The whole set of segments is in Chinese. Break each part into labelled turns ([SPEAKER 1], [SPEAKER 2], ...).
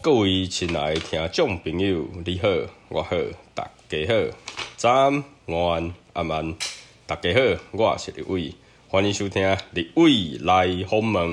[SPEAKER 1] 各位亲爱的听众朋友，你好，我好，大家好，早安、午安、晚安，大家好，我是李伟，欢迎收听《李伟来访问》。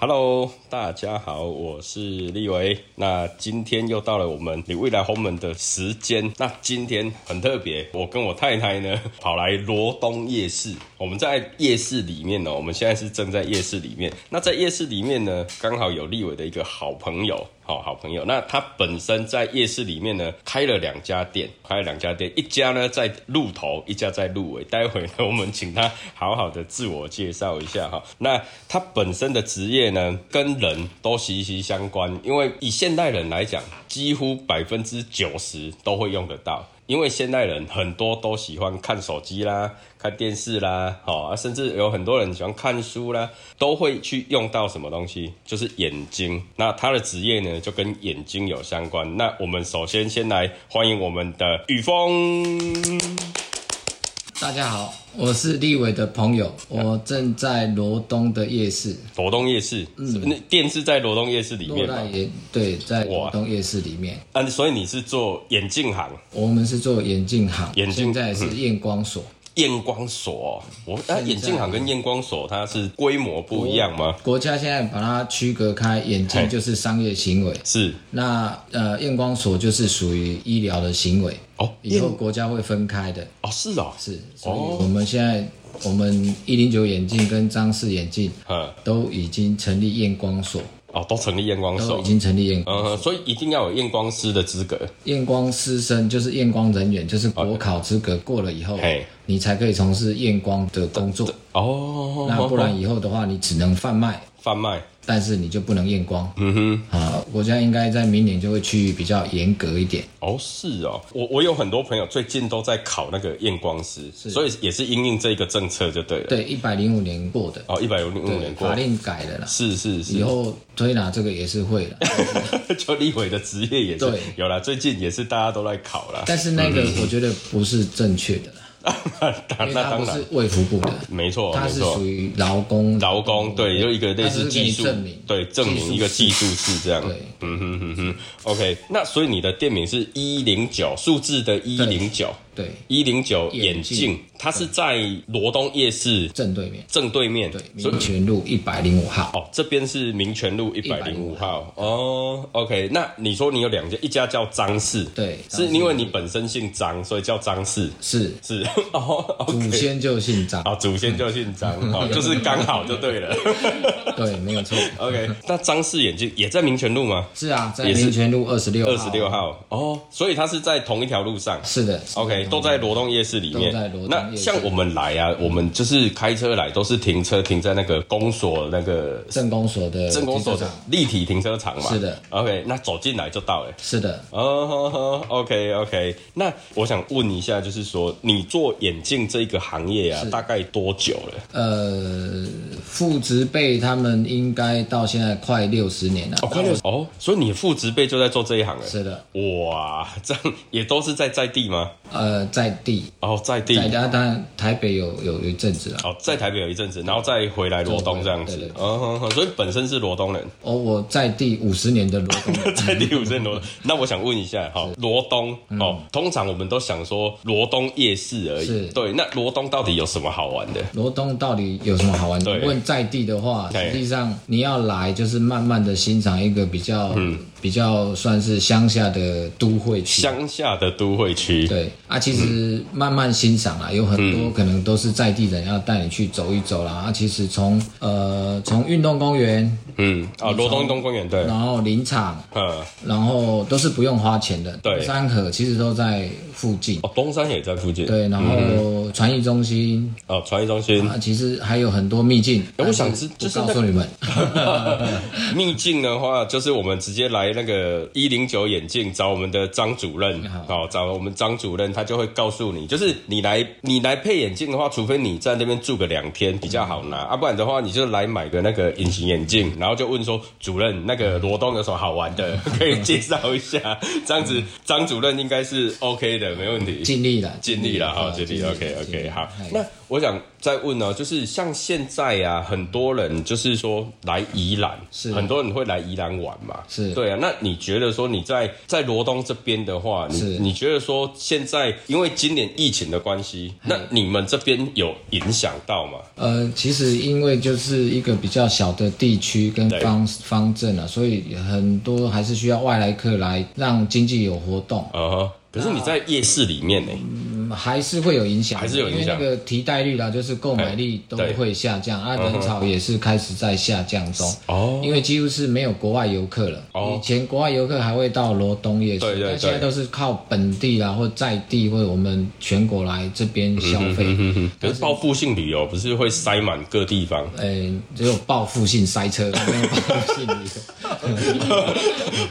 [SPEAKER 1] Hello，大家好，我是立维。那今天又到了我们你未来红门的时间。那今天很特别，我跟我太太呢跑来罗东夜市。我们在夜市里面呢，我们现在是正在夜市里面。那在夜市里面呢，刚好有立伟的一个好朋友，好好朋友。那他本身在夜市里面呢开了两家店，开了两家店，一家呢在路头，一家在路尾。待会呢，我们请他好好的自我介绍一下哈。那他本身的职业呢，跟人都息息相关，因为以现代人来讲，几乎百分之九十都会用得到。因为现代人很多都喜欢看手机啦、看电视啦，哦，啊甚至有很多人喜欢看书啦，都会去用到什么东西，就是眼睛。那他的职业呢，就跟眼睛有相关。那我们首先先来欢迎我们的雨峰。
[SPEAKER 2] 大家好，我是立伟的朋友，我正在罗东的夜市，
[SPEAKER 1] 罗东夜市，嗯，那店是在罗东夜市里
[SPEAKER 2] 落
[SPEAKER 1] 面
[SPEAKER 2] 袋
[SPEAKER 1] 嘛？
[SPEAKER 2] 也对，在
[SPEAKER 1] 哇
[SPEAKER 2] 罗东夜市里面，
[SPEAKER 1] 啊，所以你是做眼镜行、
[SPEAKER 2] 我们是做眼镜行，
[SPEAKER 1] 眼镜嗯
[SPEAKER 2] 现在是验光所，
[SPEAKER 1] 验光所、哦。我那、啊、眼镜行跟验光所，它是规模不一样吗？
[SPEAKER 2] 国家现在把它区隔开，眼
[SPEAKER 1] 嘿
[SPEAKER 2] 镜就是商业行为，
[SPEAKER 1] 是
[SPEAKER 2] 那呃验光所就是属于医疗的行为，
[SPEAKER 1] 哦，
[SPEAKER 2] 以
[SPEAKER 1] 验
[SPEAKER 2] 后国家会分开的，
[SPEAKER 1] 哦是哦，
[SPEAKER 2] 是，所
[SPEAKER 1] 哦
[SPEAKER 2] 以我们现在我们一零九眼镜跟张氏眼镜
[SPEAKER 1] 嗯，
[SPEAKER 2] 都已经成立验光所，
[SPEAKER 1] 哦，都成立验光
[SPEAKER 2] 都
[SPEAKER 1] 所
[SPEAKER 2] 已，经成立验
[SPEAKER 1] 嗯哼，所以一定要有验光师的资格。
[SPEAKER 2] 验光师生就是验光人员，就是国考资格过了以后
[SPEAKER 1] 嘿，
[SPEAKER 2] 你才可以从事验光的工作。
[SPEAKER 1] 哦，
[SPEAKER 2] 那不然以后的话，你只能贩卖，
[SPEAKER 1] 贩卖，
[SPEAKER 2] 但是你就不能验光。
[SPEAKER 1] 嗯哼。
[SPEAKER 2] 啊，国家应该在明年就会去比较严格一点。
[SPEAKER 1] 哦，是哦，我我有很多朋友最近都在考那个验光师，所以也是因应这个政策就对了。
[SPEAKER 2] 对，一百零五年过的，
[SPEAKER 1] 哦，一百零五年过
[SPEAKER 2] 法，令改了啦，
[SPEAKER 1] 是是
[SPEAKER 2] 以
[SPEAKER 1] 是，
[SPEAKER 2] 后推拿这个也是 会了。
[SPEAKER 1] 就立委的职业也是
[SPEAKER 2] 对
[SPEAKER 1] 有啦，最近也是大家都在考啦。
[SPEAKER 2] 但是那个我觉得不是正确的啦，
[SPEAKER 1] 嗯啊那
[SPEAKER 2] 因为它
[SPEAKER 1] 当
[SPEAKER 2] 不
[SPEAKER 1] 然
[SPEAKER 2] 是，卫福部的，
[SPEAKER 1] 没错
[SPEAKER 2] 它
[SPEAKER 1] 没
[SPEAKER 2] 是
[SPEAKER 1] 错
[SPEAKER 2] 属，于劳工
[SPEAKER 1] 劳工对，就一个类
[SPEAKER 2] 它
[SPEAKER 1] 似
[SPEAKER 2] 只是给
[SPEAKER 1] 技
[SPEAKER 2] 你
[SPEAKER 1] 术
[SPEAKER 2] 证明，
[SPEAKER 1] 对，证明一个技术是这样。
[SPEAKER 2] 对
[SPEAKER 1] 嗯哼哼哼，OK，那所以你的店名是一零九数字的一零九
[SPEAKER 2] 对
[SPEAKER 1] 一零九眼
[SPEAKER 2] 眼镜
[SPEAKER 1] 镜，它是在罗东夜市
[SPEAKER 2] 正对面，
[SPEAKER 1] 正对面，
[SPEAKER 2] 对
[SPEAKER 1] 所以
[SPEAKER 2] 民权路一百零五号。
[SPEAKER 1] 哦，这边是民权路一百零五号哦。OK，那你说你有两家，一家叫张氏，
[SPEAKER 2] 对
[SPEAKER 1] 是因为你本身姓张，所以叫张氏，
[SPEAKER 2] 是
[SPEAKER 1] 是 哦。
[SPEAKER 2] 祖
[SPEAKER 1] OK，
[SPEAKER 2] 先嗯就姓张，
[SPEAKER 1] 啊，祖先就姓张，哦，就是刚好就对 了。
[SPEAKER 2] 对，没有错。
[SPEAKER 1] OK，那张氏眼镜也在民权路吗？
[SPEAKER 2] 是啊，在
[SPEAKER 1] 也是
[SPEAKER 2] 民权路二十六
[SPEAKER 1] 二十六，号哦，所以它是在同一条路上。
[SPEAKER 2] 是的
[SPEAKER 1] OK，都在罗东夜市里面
[SPEAKER 2] 都在罗。东
[SPEAKER 1] 那
[SPEAKER 2] 夜市
[SPEAKER 1] 像我们来啊，我们就是开车来，都是停车停在那个公所那个
[SPEAKER 2] 政工所的
[SPEAKER 1] 政工所的
[SPEAKER 2] 停车场
[SPEAKER 1] 立体停车场嘛。
[SPEAKER 2] 是的。
[SPEAKER 1] OK，那走进来就到了。
[SPEAKER 2] 是的，
[SPEAKER 1] 哦、o k OK，那我想问一下，就是说你做眼镜这个行业啊，大概多久了？
[SPEAKER 2] 呃，父职辈他们应该到现在快六十年了，
[SPEAKER 1] 哦，快六十哦，所以你父职辈就在做这一行了。
[SPEAKER 2] 是的，
[SPEAKER 1] 哇，这样也都是在在地吗？
[SPEAKER 2] 呃，在地，
[SPEAKER 1] 哦，在地。
[SPEAKER 2] 在家当然台北有有有一阵子了，
[SPEAKER 1] 哦，在台北有一阵子，然后再回来罗东这样
[SPEAKER 2] 对
[SPEAKER 1] 子
[SPEAKER 2] 对。
[SPEAKER 1] 哦哼哼所以本身是罗东人，
[SPEAKER 2] 哦，我在地五十年的罗 东人
[SPEAKER 1] 在第五镇罗东。那我想问一下，哈，罗东
[SPEAKER 2] 嗯
[SPEAKER 1] 哦，通常我们都想说罗东夜市而
[SPEAKER 2] 是
[SPEAKER 1] 已。对，那罗东到底有什么好玩的？
[SPEAKER 2] 罗东到底有什么好玩的
[SPEAKER 1] 对？
[SPEAKER 2] 问在地的话，
[SPEAKER 1] 对
[SPEAKER 2] 实际上你要来就是慢慢的欣赏一个比较、
[SPEAKER 1] 嗯
[SPEAKER 2] 比较算是乡下的都会区。
[SPEAKER 1] 乡下的都会区。
[SPEAKER 2] 对啊，其
[SPEAKER 1] 嗯
[SPEAKER 2] 实慢慢欣赏啦，有很多可能都是在地人要带你去走一走啦。啊，其实从呃从运动公园，
[SPEAKER 1] 嗯，啊，罗东运动公园对，
[SPEAKER 2] 然后林场，
[SPEAKER 1] 嗯，
[SPEAKER 2] 然后都是不用花钱的。
[SPEAKER 1] 对
[SPEAKER 2] 山河其实都在附近。
[SPEAKER 1] 哦，嗯东山也在附近，，
[SPEAKER 2] 对，然后传艺中心
[SPEAKER 1] 哦，传艺中心。
[SPEAKER 2] 啊，其实还有很多秘境。
[SPEAKER 1] 哎我想
[SPEAKER 2] 但是
[SPEAKER 1] 知就是
[SPEAKER 2] 我
[SPEAKER 1] 那
[SPEAKER 2] 告诉 你们，
[SPEAKER 1] 秘境的话，就是我们直接来那个一零九眼镜找我们的张主任，好、找我们张主任，他就会告诉你，就是你来你来配眼镜的话，除非你在那边住个两天比较好拿，啊，不然的话你就来买个那个隐形眼镜，然然后就问说主任那个罗东有什么好玩的，可以介绍一下？这样子张主任应该是 OK 的，没问题。
[SPEAKER 2] 尽力了，
[SPEAKER 1] 尽力了哈，
[SPEAKER 2] 嗯
[SPEAKER 1] 尽力。OK
[SPEAKER 2] 尽
[SPEAKER 1] OK，
[SPEAKER 2] 力
[SPEAKER 1] 好
[SPEAKER 2] 哎。
[SPEAKER 1] 那我想再问呢，就是像现在啊，很多人就是说来宜兰，
[SPEAKER 2] 是
[SPEAKER 1] 很多人会来宜兰玩嘛，
[SPEAKER 2] 是
[SPEAKER 1] 对啊。那你觉得说你在在罗东这边的话，你
[SPEAKER 2] 是
[SPEAKER 1] 你觉得说现在因为今年疫情的关系，那你们这边有影响到吗？
[SPEAKER 2] 呃，其实因为就是一个比较小的地区跟
[SPEAKER 1] 对
[SPEAKER 2] 方方镇啊，所以很多还是需要外来客来让经济有活动，
[SPEAKER 1] 啊哈，可是你在夜市里面呢，
[SPEAKER 2] 嗯还是会有影响，
[SPEAKER 1] 还是有影响
[SPEAKER 2] 因为那个提贷率啦，就是购买力都
[SPEAKER 1] 对嗯
[SPEAKER 2] 会下降，啊，人潮也是开始在下降中。
[SPEAKER 1] 哦
[SPEAKER 2] 因为几乎是没有国外游客了。
[SPEAKER 1] 哦
[SPEAKER 2] 以前国外游客还会到罗东夜市，
[SPEAKER 1] 对对对
[SPEAKER 2] 但现在都是靠本地啦或在地或者我们全国来这边消费。
[SPEAKER 1] 嗯哼，可是报复性旅游不是会塞满各地方？
[SPEAKER 2] 诶、只有呃报复性塞车， 没有报复性旅游。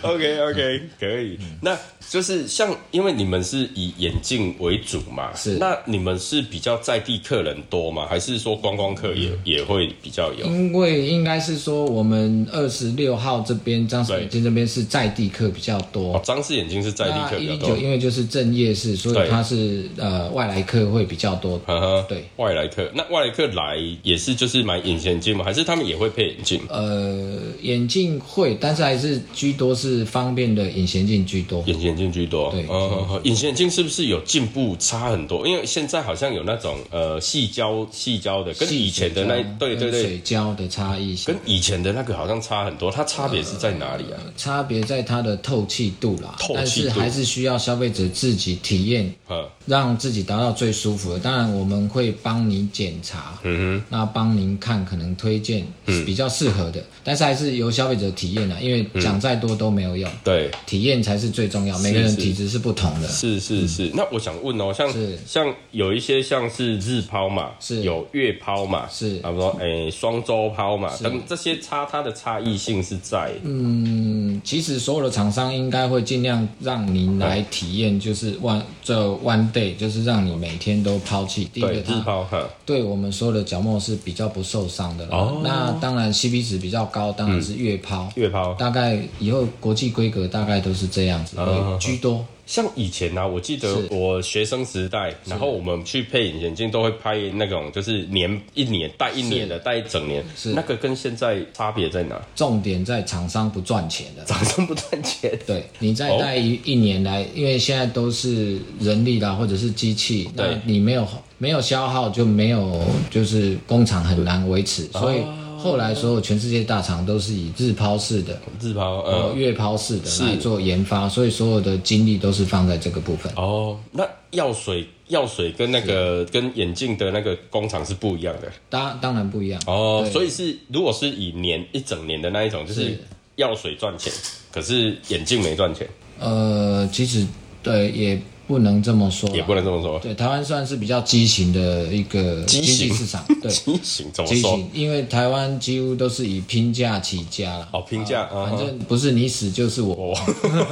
[SPEAKER 1] OK OK，可以。
[SPEAKER 2] 嗯
[SPEAKER 1] 那就是像，因为你们是以眼镜为主嘛，
[SPEAKER 2] 是
[SPEAKER 1] 那你们是比较在地客人多吗？还是说观光客也、
[SPEAKER 2] 嗯
[SPEAKER 1] 也会比较有？
[SPEAKER 2] 因为应该是说，我们二十六号这边张水间这边是在地客比较
[SPEAKER 1] 哦
[SPEAKER 2] 多，，
[SPEAKER 1] 张氏眼镜是在地
[SPEAKER 2] 那
[SPEAKER 1] 客比
[SPEAKER 2] 一
[SPEAKER 1] 较
[SPEAKER 2] 零九
[SPEAKER 1] 多。
[SPEAKER 2] 因为就是正夜市，所
[SPEAKER 1] 对 Uh-huh
[SPEAKER 2] 以它是呃外来客会比较多。
[SPEAKER 1] 呵呵，
[SPEAKER 2] 对
[SPEAKER 1] 嗯外来客，那外来客来也是就是买隐形眼镜吗？还是他们也会配眼镜？
[SPEAKER 2] 呃，眼镜会，但是还是居多是方便的隐形镜居多。
[SPEAKER 1] 隐形眼镜居多，
[SPEAKER 2] 对
[SPEAKER 1] 嗯嗯，嗯隐形眼镜是不是有进步差很多？因为现在好像有那种呃细胶细胶的，跟以前的那
[SPEAKER 2] 细胶
[SPEAKER 1] 对对
[SPEAKER 2] 跟
[SPEAKER 1] 对，
[SPEAKER 2] 水胶的差异性呃
[SPEAKER 1] 跟，以前的那个好像差很多，它差别是在哪里啊？
[SPEAKER 2] 差别在它的透气度啦，
[SPEAKER 1] 透气度
[SPEAKER 2] 但是还是需要消费者自己体验，
[SPEAKER 1] 嗯
[SPEAKER 2] 让自己达到最舒服的。当然，我们会帮你检查，
[SPEAKER 1] 嗯
[SPEAKER 2] 那帮您看可能推荐比较适合的，但是还是由消费者体验啊啦，因为讲再多都没有用，
[SPEAKER 1] 哼，对，
[SPEAKER 2] 体验才是最重要。每个人体质是不同的，
[SPEAKER 1] 是是是。那我想问哦，像
[SPEAKER 2] 嗯是
[SPEAKER 1] 像有一些像是日抛嘛，
[SPEAKER 2] 是
[SPEAKER 1] 有月抛嘛，啊
[SPEAKER 2] 是
[SPEAKER 1] 差不多诶双周抛嘛，等这些差它的差异性是在
[SPEAKER 2] 嗯，其实所有的厂商应该会尽量让您来体验，就是 one 这 one day，就是让你每天都抛弃。第一
[SPEAKER 1] 对
[SPEAKER 2] 个，
[SPEAKER 1] 日
[SPEAKER 2] 它
[SPEAKER 1] 抛嗯哈，
[SPEAKER 2] 对我们所有的角膜是比较不受伤的啦。
[SPEAKER 1] 哦
[SPEAKER 2] 那当然 CP 值比较高，当然是月抛。
[SPEAKER 1] 月抛。
[SPEAKER 2] 大概以后国际规格大概都是这样子，
[SPEAKER 1] 嗯
[SPEAKER 2] 会居多。
[SPEAKER 1] 像以前啊，我记得
[SPEAKER 2] 是
[SPEAKER 1] 我学生时代，然后我们去配隐形镜都会拍那种就是年一年戴一年的，戴一整年，
[SPEAKER 2] 是
[SPEAKER 1] 那个跟现在差别在哪？
[SPEAKER 2] 重点在厂商不赚钱的。
[SPEAKER 1] 早上不赚钱。
[SPEAKER 2] 对你
[SPEAKER 1] 哦
[SPEAKER 2] 再带一一年来，因为现在都是人力啦，或者是机器，那
[SPEAKER 1] 对
[SPEAKER 2] 你没有没有消耗就没有，就是工厂很难维持，
[SPEAKER 1] 哦
[SPEAKER 2] 所以后来所有全世界大厂都是以日抛式的、
[SPEAKER 1] 日抛，
[SPEAKER 2] 呃
[SPEAKER 1] 呃，
[SPEAKER 2] 月抛式的来做研发，所以所有的精力都是放在这个部分。
[SPEAKER 1] 哦，那药水药水跟那个跟眼镜的那个工厂是不一样的
[SPEAKER 2] 当当然不一样
[SPEAKER 1] 哦，
[SPEAKER 2] 对
[SPEAKER 1] 所以是如果是以年一整年的那一种，就是
[SPEAKER 2] 是
[SPEAKER 1] 药水赚钱，可是眼镜没赚钱，
[SPEAKER 2] 呃，其实对也不能这么说啦，
[SPEAKER 1] 也不能这么说。
[SPEAKER 2] 对台湾算是比较畸形的一个
[SPEAKER 1] 畸
[SPEAKER 2] 经
[SPEAKER 1] 形
[SPEAKER 2] 济市场， 对。
[SPEAKER 1] 畸形怎么
[SPEAKER 2] 畸
[SPEAKER 1] 说？
[SPEAKER 2] 形，因为台湾几乎都是以拼价起家了。
[SPEAKER 1] 哦，评价，啊
[SPEAKER 2] 反正不是你死就是我。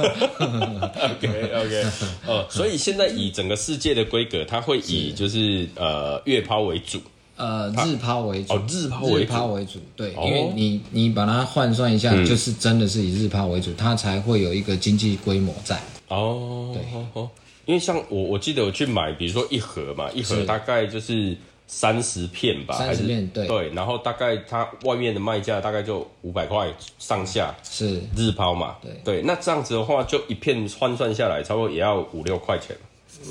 [SPEAKER 1] OK OK，哦，所以现在以整个世界的规格，它会以就是呃月抛为主，
[SPEAKER 2] 呃，日抛为主，
[SPEAKER 1] 哦日抛为主
[SPEAKER 2] 日抛为主，对，
[SPEAKER 1] 哦嗯
[SPEAKER 2] 因为你你把它换算一下，就是真的是以日抛为主，它才会有一个经济规模在。
[SPEAKER 1] 哦，哦哦因为像我我记得我去买，比如说一盒嘛，一盒
[SPEAKER 2] 是
[SPEAKER 1] 大概就是三十片吧，
[SPEAKER 2] 30
[SPEAKER 1] 还是
[SPEAKER 2] 片对
[SPEAKER 1] 然后大概它外面的卖价大概就五百块上下。
[SPEAKER 2] 是，
[SPEAKER 1] 日抛嘛，
[SPEAKER 2] 对
[SPEAKER 1] 那这样子的话，就一片换算下来，差不多也要五六块钱。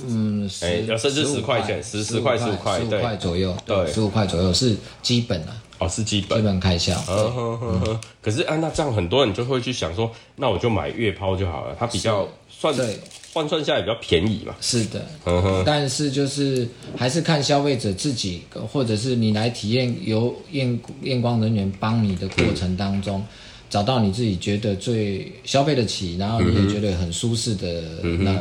[SPEAKER 2] 嗯，
[SPEAKER 1] 哎
[SPEAKER 2] 十
[SPEAKER 1] 有甚至10
[SPEAKER 2] 15
[SPEAKER 1] 块钱10
[SPEAKER 2] 15
[SPEAKER 1] 10
[SPEAKER 2] 块，
[SPEAKER 1] 15块
[SPEAKER 2] 十五
[SPEAKER 1] 对
[SPEAKER 2] 块左右，
[SPEAKER 1] 对
[SPEAKER 2] 十五块左右是基本啊，
[SPEAKER 1] 哦，是基
[SPEAKER 2] 基
[SPEAKER 1] 本。
[SPEAKER 2] 本开销。
[SPEAKER 1] 嗯哼哼哼可是啊，那这样很多人就会去想说，那我就买月抛就好了，它比较算
[SPEAKER 2] 对
[SPEAKER 1] 换算下来比较便宜嘛。
[SPEAKER 2] 是的，
[SPEAKER 1] 嗯哼，
[SPEAKER 2] 但是就是还是看消费者自己，或者是你来体验由验验光人员帮你的过程当中，找到你自己觉得最消费得起，然后你也觉得很舒适的
[SPEAKER 1] 嗯
[SPEAKER 2] 那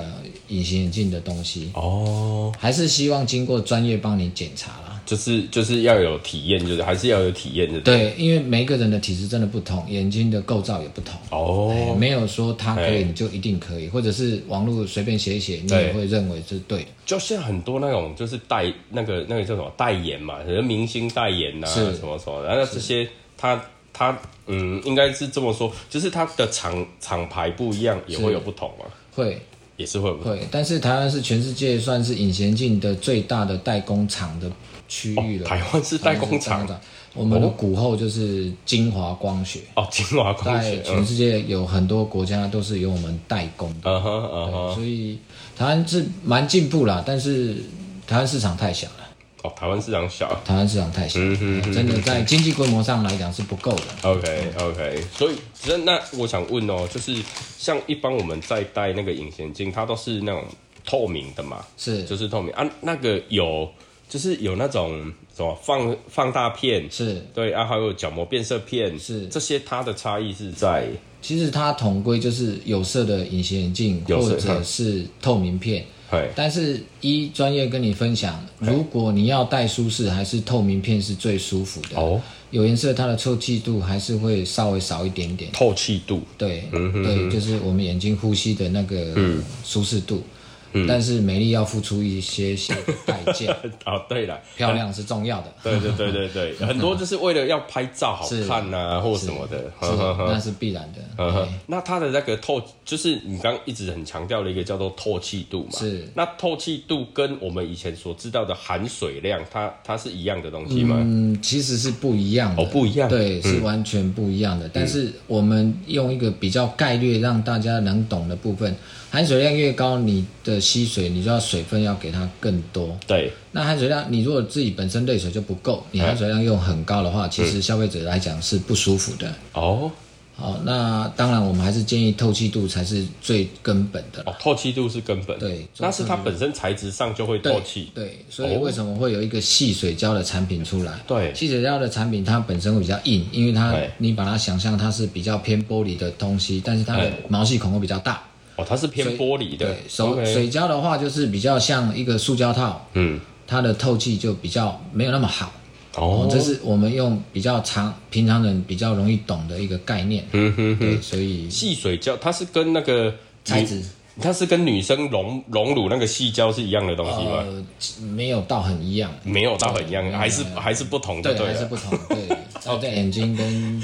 [SPEAKER 2] 隐形眼镜的东西，
[SPEAKER 1] 哦，
[SPEAKER 2] 还是希望经过专业帮你检查啦。
[SPEAKER 1] 就是就是要有体验，就是还是要有体验的。
[SPEAKER 2] 对，因为每个人的体质真的不同，眼睛的构造也不同。
[SPEAKER 1] 哦，
[SPEAKER 2] 哎没有说它可
[SPEAKER 1] 哎
[SPEAKER 2] 以，你就一定可以，或者是网络随便写一写，你
[SPEAKER 1] 对
[SPEAKER 2] 也会认为是对的。
[SPEAKER 1] 就现在很多那种就是代那个那个叫什么代言嘛，可能明星代言呐、
[SPEAKER 2] 是
[SPEAKER 1] 什么什么的，然后这些他它嗯，应该是这么说，就是它的厂厂牌不一样，也
[SPEAKER 2] 是
[SPEAKER 1] 会有不同嘛，
[SPEAKER 2] 会
[SPEAKER 1] 也是会有不同。
[SPEAKER 2] 会，但是台湾是全世界算是隐形镜的最大的代工厂的区域了。
[SPEAKER 1] 哦台湾是代工厂
[SPEAKER 2] 我们的股后就是精华光学，
[SPEAKER 1] 哦，精华光
[SPEAKER 2] 在
[SPEAKER 1] 学，
[SPEAKER 2] 全
[SPEAKER 1] 嗯
[SPEAKER 2] 世界有很多国家都是由我们代工的，
[SPEAKER 1] 嗯哼嗯
[SPEAKER 2] 对
[SPEAKER 1] 哼，
[SPEAKER 2] 所以台湾是蛮进步啦，但是台湾市场太小了，
[SPEAKER 1] 哦，台湾市场小。
[SPEAKER 2] 台湾市场太小，
[SPEAKER 1] 嗯
[SPEAKER 2] 真的在经济规模上来讲是不够的。
[SPEAKER 1] OK OK，所以其实那我想问哦，就是像一般我们在戴那个隐形镜，它都是那种透明的嘛，
[SPEAKER 2] 是
[SPEAKER 1] 就是透明啊，那个有就是有那种什么放放大片，
[SPEAKER 2] 是，
[SPEAKER 1] 对啊，还有角膜变色片，
[SPEAKER 2] 是
[SPEAKER 1] 这些它的差异是在
[SPEAKER 2] 其实它统归就是有色的隐形眼镜
[SPEAKER 1] 有色
[SPEAKER 2] 或者是透明片。
[SPEAKER 1] 嘿
[SPEAKER 2] 但是，一专业跟你分享，如果你要戴舒适，还是透明片是最舒服的。
[SPEAKER 1] 哦，
[SPEAKER 2] 有颜色，它的透气度还是会稍微少一点点。
[SPEAKER 1] 透气度
[SPEAKER 2] 对，
[SPEAKER 1] 嗯
[SPEAKER 2] 对，就是我们眼睛呼吸的那个舒适度。
[SPEAKER 1] 嗯
[SPEAKER 2] 但是美丽要付出一些些代 价，
[SPEAKER 1] 哦，对了，
[SPEAKER 2] 漂亮是重要的。
[SPEAKER 1] 对对对对对， 很多就是为了要拍照好
[SPEAKER 2] 是
[SPEAKER 1] 看呐、或什么的，
[SPEAKER 2] 是的，那是必然的。
[SPEAKER 1] 嗯哼，那它的那个透，就是你刚刚一直很强调的一个叫做透气度嘛。
[SPEAKER 2] 是
[SPEAKER 1] 那透气度跟我们以前所知道的含水量，它它是一样的东西吗？
[SPEAKER 2] 嗯，其实是不一样的，
[SPEAKER 1] 哦不一样嗯
[SPEAKER 2] 对，是完全不一样的。但是我们用一个比较概略让大家能懂的部分，含水量越高，你的吸水，你就要水分要给它更多。
[SPEAKER 1] 对，
[SPEAKER 2] 那含水量，你如果自己本身泪水就不够，你含水量用很高的话，其
[SPEAKER 1] 嗯
[SPEAKER 2] 实消费者来讲是不舒服的。
[SPEAKER 1] 哦
[SPEAKER 2] 好，那当然我们还是建议透气度才是最根本的。
[SPEAKER 1] 哦，透气度是根本。
[SPEAKER 2] 对
[SPEAKER 1] 那是它本身材质上就会
[SPEAKER 2] 对
[SPEAKER 1] 透气。哦
[SPEAKER 2] 对，所以为什么会有一个细水胶的产品出来？
[SPEAKER 1] 对
[SPEAKER 2] 细水胶的产品它本身会比较硬，因为它
[SPEAKER 1] 对
[SPEAKER 2] 你把它想象它是比较偏玻璃的东西，但是它的毛细孔会比较大。
[SPEAKER 1] 哦，它是偏玻璃的
[SPEAKER 2] 对，。手
[SPEAKER 1] OK
[SPEAKER 2] 水胶的话就是比较像一个塑胶套，
[SPEAKER 1] 嗯，
[SPEAKER 2] 它的透气就比较没有那么好。
[SPEAKER 1] 哦，
[SPEAKER 2] 这是我们用比较常平常人比较容易懂的一个概念。嗯哼对，所以
[SPEAKER 1] 细水胶，它是跟那个
[SPEAKER 2] 材质。
[SPEAKER 1] 它是跟女生隆隆乳那个细胶是一样的东西吗？
[SPEAKER 2] 呃没有到很一样。
[SPEAKER 1] 没有到很一样，还是还是不同的，
[SPEAKER 2] 呃对，
[SPEAKER 1] 对啊
[SPEAKER 2] 还是
[SPEAKER 1] 了。
[SPEAKER 2] 不同。 对，照在眼睛跟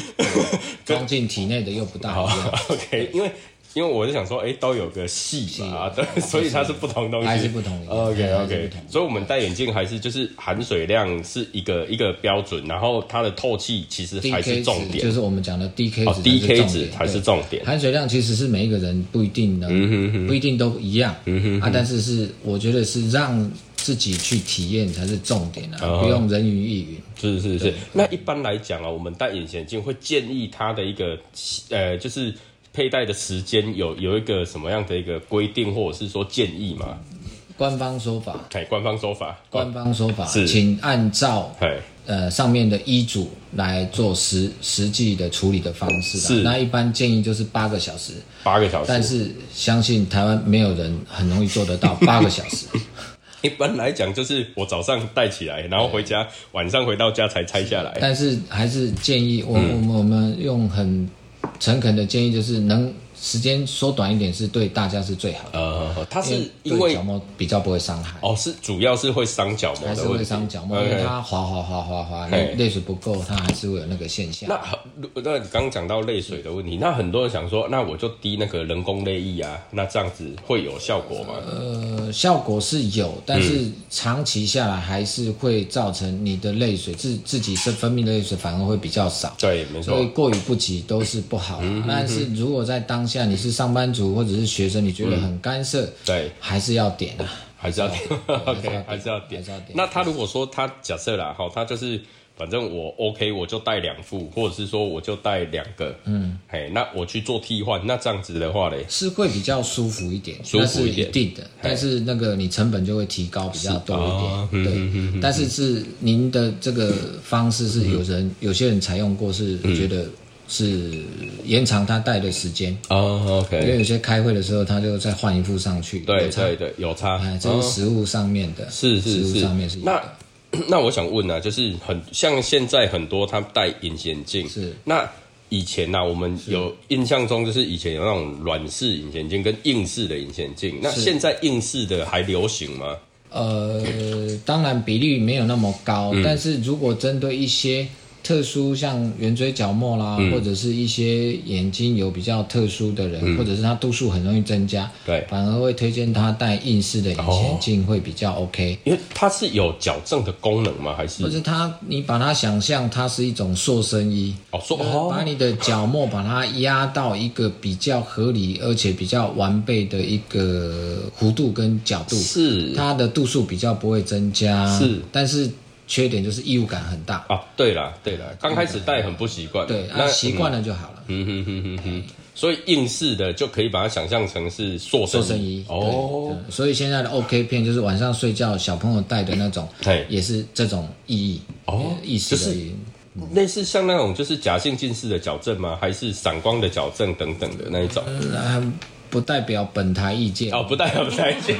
[SPEAKER 2] 装进体内的又不大一样，
[SPEAKER 1] OK，因为因为我是想说，哎、都有个系嘛，对， 所以它是不同东西，
[SPEAKER 2] 呃还是不同
[SPEAKER 1] OK
[SPEAKER 2] 还是
[SPEAKER 1] OK，
[SPEAKER 2] 不同
[SPEAKER 1] 所以我们戴眼镜还是就是含水量是一个一个标准，然后它的透气其实还
[SPEAKER 2] DK
[SPEAKER 1] 是重
[SPEAKER 2] 值
[SPEAKER 1] 点
[SPEAKER 2] 就，是我们讲的 DK
[SPEAKER 1] 哦
[SPEAKER 2] 值才是重点
[SPEAKER 1] ，DK 值才是重点嗯
[SPEAKER 2] 对。含水量其实是每一个人不一定能，不一定都一样、啊，但是是我觉得是让自己去体验才是重点啊，
[SPEAKER 1] 哦
[SPEAKER 2] 不用人云亦云。
[SPEAKER 1] 是是是。那一般来讲啊，我们戴隐形眼镜会建议它的一个呃，就是佩戴的时间有有一个什么样的一个规定，或者是说建议吗？
[SPEAKER 2] 官方说法，
[SPEAKER 1] 哎，官方说法，
[SPEAKER 2] 官方说法，
[SPEAKER 1] 是
[SPEAKER 2] 请按照
[SPEAKER 1] 哎，
[SPEAKER 2] 呃上面的医嘱来做实实际的处理的方式啦。
[SPEAKER 1] 是
[SPEAKER 2] 那一般建议就是八个小时，
[SPEAKER 1] 八个小时。
[SPEAKER 2] 但是相信台湾没有人很容易做得到八个小时。
[SPEAKER 1] 一般来讲，就是我早上戴起来，然后回家，晚上回到家才拆下来。
[SPEAKER 2] 但是还是建议我我们我们用很诚恳的建议，就是能时间缩短一点，是对大家是最好的。
[SPEAKER 1] 呃，它是因
[SPEAKER 2] 对
[SPEAKER 1] 为
[SPEAKER 2] 角膜比较不会伤害，
[SPEAKER 1] 哦，是主要是会伤角膜
[SPEAKER 2] 还是
[SPEAKER 1] 的问
[SPEAKER 2] 会
[SPEAKER 1] 题。
[SPEAKER 2] 伤角膜，因
[SPEAKER 1] OK
[SPEAKER 2] 为它滑滑滑滑滑，
[SPEAKER 1] 嘿
[SPEAKER 2] 你泪水不够，它还是会有那个现象。
[SPEAKER 1] 那很那你刚刚讲到泪水的问题，那很多人想说，那我就滴那个人工泪液啊，那这样子会有效果吗？
[SPEAKER 2] 呃，效果是有，但是
[SPEAKER 1] 嗯
[SPEAKER 2] 长期下来还是会造成你的泪水自自己是分泌的泪水反而会比较少。
[SPEAKER 1] 对，没
[SPEAKER 2] 所以
[SPEAKER 1] 错，嗯
[SPEAKER 2] 过于不及都是不好的。啊但是如果在当下你是上班族或者是学生，你觉得很干涉，
[SPEAKER 1] 对，
[SPEAKER 2] 还是要点啊。
[SPEAKER 1] 还是要点 ，OK，还
[SPEAKER 2] 还
[SPEAKER 1] 是
[SPEAKER 2] 是
[SPEAKER 1] 要
[SPEAKER 2] 要
[SPEAKER 1] 点
[SPEAKER 2] 点还是要。点
[SPEAKER 1] 那他如果说他假设啦，哈，他就是反正我 OK，我就带两副，或者是说我就带两个，嗯，嘿，那我去做替换，那这样子的话嘞，
[SPEAKER 2] 是会比较舒服一点，
[SPEAKER 1] 舒
[SPEAKER 2] 那
[SPEAKER 1] 服
[SPEAKER 2] 是
[SPEAKER 1] 一点
[SPEAKER 2] 定的，但是那个你成本就会提高比较多
[SPEAKER 1] 啊
[SPEAKER 2] 一点，对。但是是您的这个方式是有人有些人采用过，是
[SPEAKER 1] 嗯
[SPEAKER 2] 觉得是延长他戴的时间，
[SPEAKER 1] 哦
[SPEAKER 2] 因
[SPEAKER 1] ，OK，
[SPEAKER 2] 为有些开会的时候他就再换一副上去，
[SPEAKER 1] 对
[SPEAKER 2] 有差
[SPEAKER 1] 对对，有差
[SPEAKER 2] 哎，，这
[SPEAKER 1] 嗯
[SPEAKER 2] 是实物上面的，
[SPEAKER 1] 是是
[SPEAKER 2] 实物
[SPEAKER 1] 是
[SPEAKER 2] 上面是有
[SPEAKER 1] 那
[SPEAKER 2] 的
[SPEAKER 1] 那 我想问啊，就是很像现在很多他戴隐形眼镜，
[SPEAKER 2] 是
[SPEAKER 1] 那以前呢、啊，我们有印象中就是以前有那种软式隐形眼镜跟硬式的隐形眼镜，那现在硬式的还流行吗？嗯
[SPEAKER 2] 呃，当然比例没有那么高，但是如果针对一些特殊，像圆锥角膜啦，
[SPEAKER 1] 嗯
[SPEAKER 2] 或者是一些眼睛有比较特殊的人，或者是他度数很容易增加，
[SPEAKER 1] 嗯对哦
[SPEAKER 2] 反而会推荐他戴硬式的隐形镜会比较 OK。
[SPEAKER 1] 因为它是有矫正的功能吗？还是
[SPEAKER 2] 或者他，你把它想象它是一种塑身衣，
[SPEAKER 1] 哦说
[SPEAKER 2] 就是把
[SPEAKER 1] 哦
[SPEAKER 2] 你的角膜把它压到一个比较合理而且比较完备的一个弧度跟角度，
[SPEAKER 1] 是
[SPEAKER 2] 它的度数比较不会增加，
[SPEAKER 1] 是，
[SPEAKER 2] 但是缺点就是异物感很大，
[SPEAKER 1] 啊，对啦对啦，刚开始戴很不习惯，
[SPEAKER 2] 对，啊
[SPEAKER 1] 那
[SPEAKER 2] 习惯了就好了。
[SPEAKER 1] 嗯哼哼哼哼，所以硬式的就可以把它想象成是塑身
[SPEAKER 2] 做生意
[SPEAKER 1] 哦，
[SPEAKER 2] 对所以现在的 OK 片就是晚上睡觉小朋友戴的那种
[SPEAKER 1] 嘿，
[SPEAKER 2] 也是这种意义
[SPEAKER 1] 哦
[SPEAKER 2] 意识
[SPEAKER 1] 就是
[SPEAKER 2] 的意义。
[SPEAKER 1] 类似像那种就是假性近视的矫正吗？还是散光的矫正等等的那一种？
[SPEAKER 2] 嗯那不代表本台意见
[SPEAKER 1] 哦，不戴不 戴镜。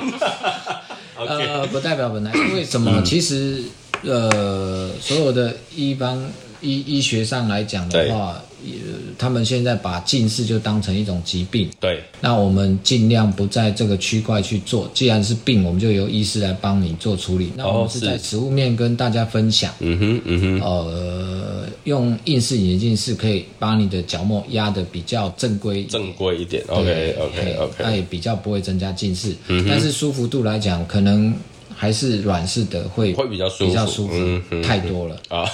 [SPEAKER 1] OK，嗯
[SPEAKER 2] 呃，不代表本来，为什么？其实，呃，所有的医方医医学上来讲的话，呃，他们现在把近视就当成一种疾病。
[SPEAKER 1] 对，
[SPEAKER 2] 那我们尽量不在这个区块去做，既然是病，我们就由医师来帮你做处理。那我
[SPEAKER 1] 哦
[SPEAKER 2] 们是
[SPEAKER 1] 是
[SPEAKER 2] 在食物面跟大家分享，
[SPEAKER 1] 嗯哼嗯哼，
[SPEAKER 2] 呃，用硬式眼镜是可以把你的角膜压得比较正规一点
[SPEAKER 1] 正规一点。
[SPEAKER 2] 对哎
[SPEAKER 1] OK OK 嗯
[SPEAKER 2] 那
[SPEAKER 1] OK，
[SPEAKER 2] 也比较不会增加近视，但是舒服度来讲，可能还是软式的会
[SPEAKER 1] 会比较舒服
[SPEAKER 2] 比较舒服
[SPEAKER 1] 嗯
[SPEAKER 2] 太多了。
[SPEAKER 1] 啊，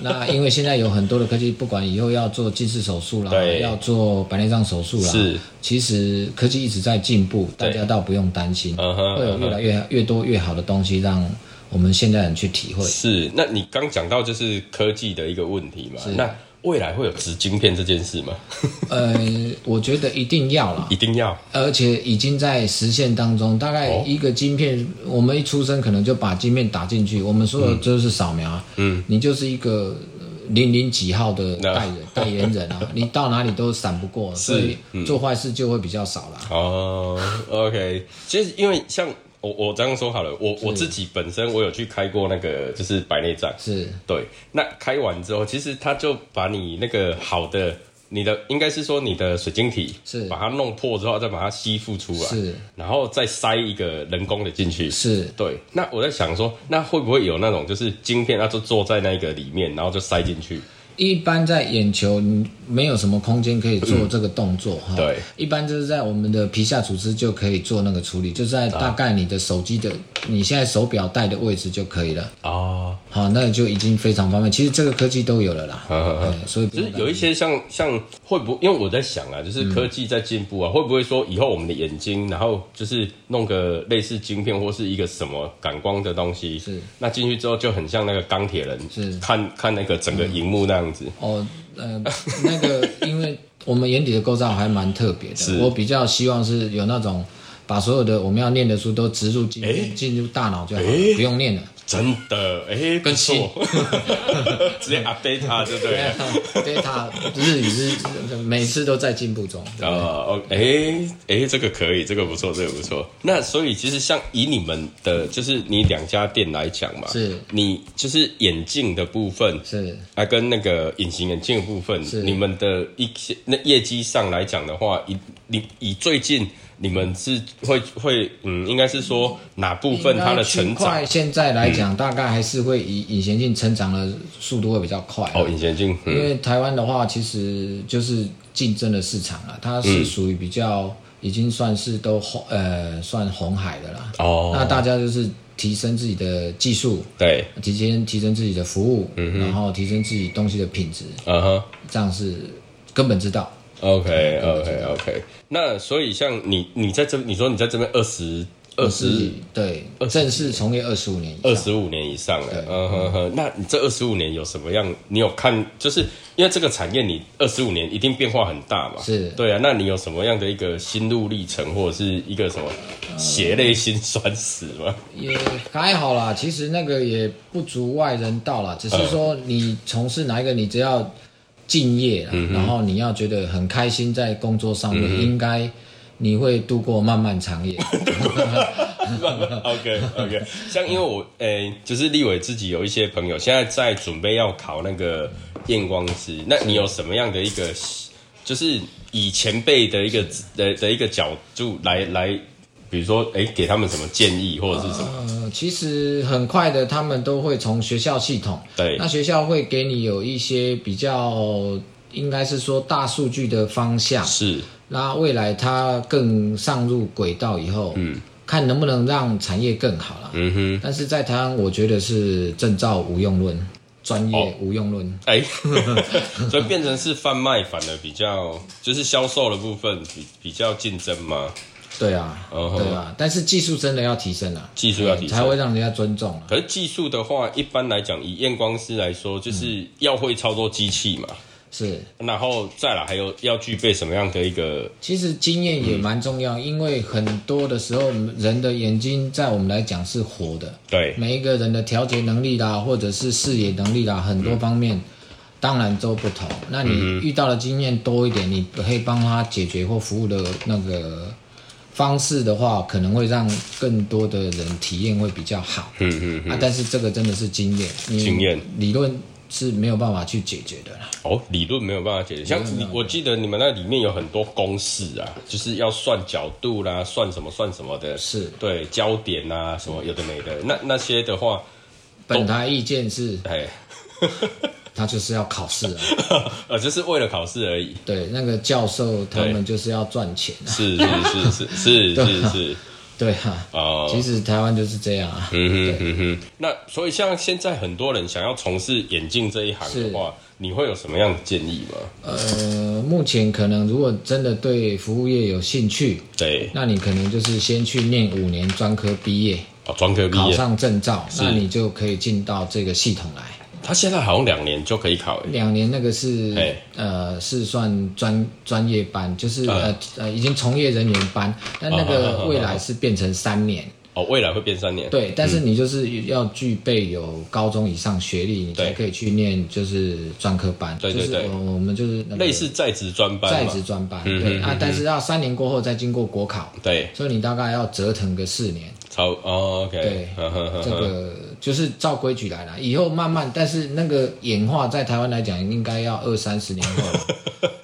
[SPEAKER 2] 那因为现在有很多的科技，不管以后要做近视手术啦
[SPEAKER 1] 对，
[SPEAKER 2] 要做白内障手术啦，
[SPEAKER 1] 是，
[SPEAKER 2] 其实科技一直在进步，大家倒不用担心，
[SPEAKER 1] 嗯哼
[SPEAKER 2] 会有越来越越多越好的东西让我们现代人去体会。
[SPEAKER 1] 是。那你刚讲到就是科技的一个问题嘛，那未来会有植晶片这件事吗？
[SPEAKER 2] 呃，我觉得一定要 啦
[SPEAKER 1] 一，定要
[SPEAKER 2] 而且已经在实现当中。大概一个晶片，我们一出生可能就把晶片打进去，我们说的就是扫描啊，嗯，你就是一个零零几号的
[SPEAKER 1] 那
[SPEAKER 2] 代人 代言人啊，你到哪里都闪不过，所以做坏事就会比较少啦。
[SPEAKER 1] 哦，OK，其实因为像我我这样说好了，我我自己本身我有去开过那个就是白内障，
[SPEAKER 2] 是
[SPEAKER 1] 对，那开完之后，其实他就把你那个好的。你的应该是说你的水晶体
[SPEAKER 2] 是
[SPEAKER 1] 把它弄破之后，再把它吸附出来，
[SPEAKER 2] 是，
[SPEAKER 1] 然后再塞一个人工的进去，
[SPEAKER 2] 是，
[SPEAKER 1] 对。那我在想说，那会不会有那种就是晶片，它就坐在那个里面，然后就塞进去？
[SPEAKER 2] 一般在眼球你没有什么空间可以做这个动作哈、
[SPEAKER 1] 对，
[SPEAKER 2] 一般就是在我们的皮下组织就可以做那个处理，就在大概你的手机的、你现在手表戴的位置就可以了。
[SPEAKER 1] 哦，
[SPEAKER 2] 好，那就已经非常方便。其实这个科技都有了啦，对所以不
[SPEAKER 1] 就
[SPEAKER 2] 用
[SPEAKER 1] 是有一些像像会不，因为我在想啊，就是科技在进
[SPEAKER 2] 嗯
[SPEAKER 1] 步啊，会不会说以后我们的眼睛，然后就是弄个类似晶片或是一个什么感光的东西，
[SPEAKER 2] 是
[SPEAKER 1] 那进去之后就很像那个钢铁人，
[SPEAKER 2] 是
[SPEAKER 1] 看看那个整个荧幕那样子，
[SPEAKER 2] 哦，呃，那个， 因为我们眼底的构造还蛮特别
[SPEAKER 1] 是
[SPEAKER 2] 的，我比较希望是有那种把所有的我们要念的书都植入进
[SPEAKER 1] 诶
[SPEAKER 2] 进入大脑就好了
[SPEAKER 1] 诶，
[SPEAKER 2] 不用念了。
[SPEAKER 1] 真的，哎、不
[SPEAKER 2] 更新
[SPEAKER 1] 错， 直接 update 它就对啊了。
[SPEAKER 2] data 日语是每次都在进步中。对
[SPEAKER 1] 啊哦，哎哎，这个可以，这个不错，这个不错。那所以其实像以你们的，就是你两家店来讲嘛，
[SPEAKER 2] 是
[SPEAKER 1] 你就是眼镜的部分
[SPEAKER 2] 是
[SPEAKER 1] 啊，跟那个隐形眼镜的部分，
[SPEAKER 2] 是
[SPEAKER 1] 你们的一些那业绩上来讲的话，以你以最近你们是会会嗯，应该是说哪部分它的成
[SPEAKER 2] 应该区
[SPEAKER 1] 长
[SPEAKER 2] 块？现在来讲，大概还是会以隐形镜成长的速度会比较快。
[SPEAKER 1] 哦，隐形眼镜，
[SPEAKER 2] 因
[SPEAKER 1] 嗯，
[SPEAKER 2] 为台湾的话，其实就是竞争的市场啊，它
[SPEAKER 1] 嗯
[SPEAKER 2] 是属于比较已经算是都红呃算红海的啦。
[SPEAKER 1] 哦
[SPEAKER 2] 那大家就是提升自己的技术，
[SPEAKER 1] 对，
[SPEAKER 2] 提升提升自己的服务，然后提升自己东西的品质，
[SPEAKER 1] 嗯哼。
[SPEAKER 2] 这样是根本之道。
[SPEAKER 1] OK OK OK，那所以像你，你在这，你说你在这边二十二十
[SPEAKER 2] 对，正式从业二十五年以上，
[SPEAKER 1] 二十五年以上了，嗯哼哼，那你这二十五年有什么样？你有看，就是因为这个产业，你二十五年一定变化很大嘛，
[SPEAKER 2] 是
[SPEAKER 1] 对啊。那你有什么样的一个心路历程，或者是一个什么血泪辛酸史吗？
[SPEAKER 2] 也还好啦，其实那个也不足外人道啦，只是说你从事哪一个，你只要敬业啦，然后你要觉得很开心在工作上面，应该你会度过漫漫长夜。
[SPEAKER 1] OK OK，像因为我诶、就是立伟自己有一些朋友现在在准备要考那个验光师，那你有什么样的一个，就是以前辈的一个的的一个角度来来比如说，哎，给他们什么建议或者是什么？
[SPEAKER 2] 呃，其实很快的，他们都会从学校系统，
[SPEAKER 1] 对
[SPEAKER 2] 那学校会给你有一些比较，应该是说大数据的方向，
[SPEAKER 1] 是
[SPEAKER 2] 那未来它更上入轨道以后，嗯，看能不能让产业更好啦。嗯哼，但是在台湾，我觉得是证照无用论，专业无用论。
[SPEAKER 1] 哎，所以变成是贩卖，反而比较就是销售的部分比比较竞争嘛，
[SPEAKER 2] 对啊，
[SPEAKER 1] 哦吼
[SPEAKER 2] 对啊，但是技术真的要提升啊，
[SPEAKER 1] 技术要提升
[SPEAKER 2] 才会让人家尊重啊。
[SPEAKER 1] 可是技术的话，一般来讲，以验光师来说，就是要会操作机器嘛，
[SPEAKER 2] 是，
[SPEAKER 1] 然后再来还有要具备什么样的一个
[SPEAKER 2] 其实经验
[SPEAKER 1] 嗯
[SPEAKER 2] 也蛮重要，因为很多的时候，人的眼睛在我们来讲是活的，
[SPEAKER 1] 对
[SPEAKER 2] 每一个人的调节能力啦，或者是视野能力啦，很多方
[SPEAKER 1] 嗯
[SPEAKER 2] 面、当然都不同。那你遇到的经验多一点，你可以帮他解决或服务的那个方式的话，可能会让更多的人体验会比 较好。嗯嗯啊，但是这个真的是经验，你
[SPEAKER 1] 经验
[SPEAKER 2] 理论是没有办法去解决的啦。
[SPEAKER 1] 哦理论没有办法解决？像你我记得你们那里面有很多公式啊，就是要算角度啦，算什么算什么的，
[SPEAKER 2] 是
[SPEAKER 1] 对焦点啊什么有的没的。那那些的话，
[SPEAKER 2] 本台意见是，
[SPEAKER 1] 哎，
[SPEAKER 2] 他就是要考试啊。
[SPEAKER 1] 呃，就是为了考试而已。
[SPEAKER 2] 对，那个教授他们就是要赚钱啊。
[SPEAKER 1] 是是是是是是是
[SPEAKER 2] 对啊，
[SPEAKER 1] 哦
[SPEAKER 2] 其实台湾就是这样啊。
[SPEAKER 1] 嗯哼嗯哼，那所以像现在很多人想要从事眼镜这一行的话，你会有什么样的建议吗？
[SPEAKER 2] 呃，目前可能如果真的对服务业有兴趣，
[SPEAKER 1] 对，
[SPEAKER 2] 那你可能就是先去念五年专科毕业，
[SPEAKER 1] 哦，专科毕
[SPEAKER 2] 考
[SPEAKER 1] 业，
[SPEAKER 2] 上证照，那你就可以进到这个系统来。
[SPEAKER 1] 他现在好像两年就可以考诶。
[SPEAKER 2] 两年那个是
[SPEAKER 1] 哎
[SPEAKER 2] 呃是算专专业班，就是
[SPEAKER 1] 啊
[SPEAKER 2] 呃呃已经从业人员班，但那
[SPEAKER 1] 哦哦哦
[SPEAKER 2] 个
[SPEAKER 1] 哦
[SPEAKER 2] 未来是变成三年。
[SPEAKER 1] 哦，未来会变三年。，
[SPEAKER 2] 对，但是你就是要具备有高中以上学历，你才
[SPEAKER 1] 对
[SPEAKER 2] 可以去念就是专科班，
[SPEAKER 1] 对对对
[SPEAKER 2] 就是我我们就是那个
[SPEAKER 1] 类似在职专班
[SPEAKER 2] 在
[SPEAKER 1] 嘛嗯
[SPEAKER 2] 职。专班，对啊，但是要三年过后再经过国考，
[SPEAKER 1] 对，
[SPEAKER 2] 所以你大概要折腾个四年，
[SPEAKER 1] 超哦，OK，
[SPEAKER 2] 对
[SPEAKER 1] 呵呵呵
[SPEAKER 2] 这个就是照规矩来啦。以后慢慢，但是那个演化在台湾来讲，应该要二三十年后了。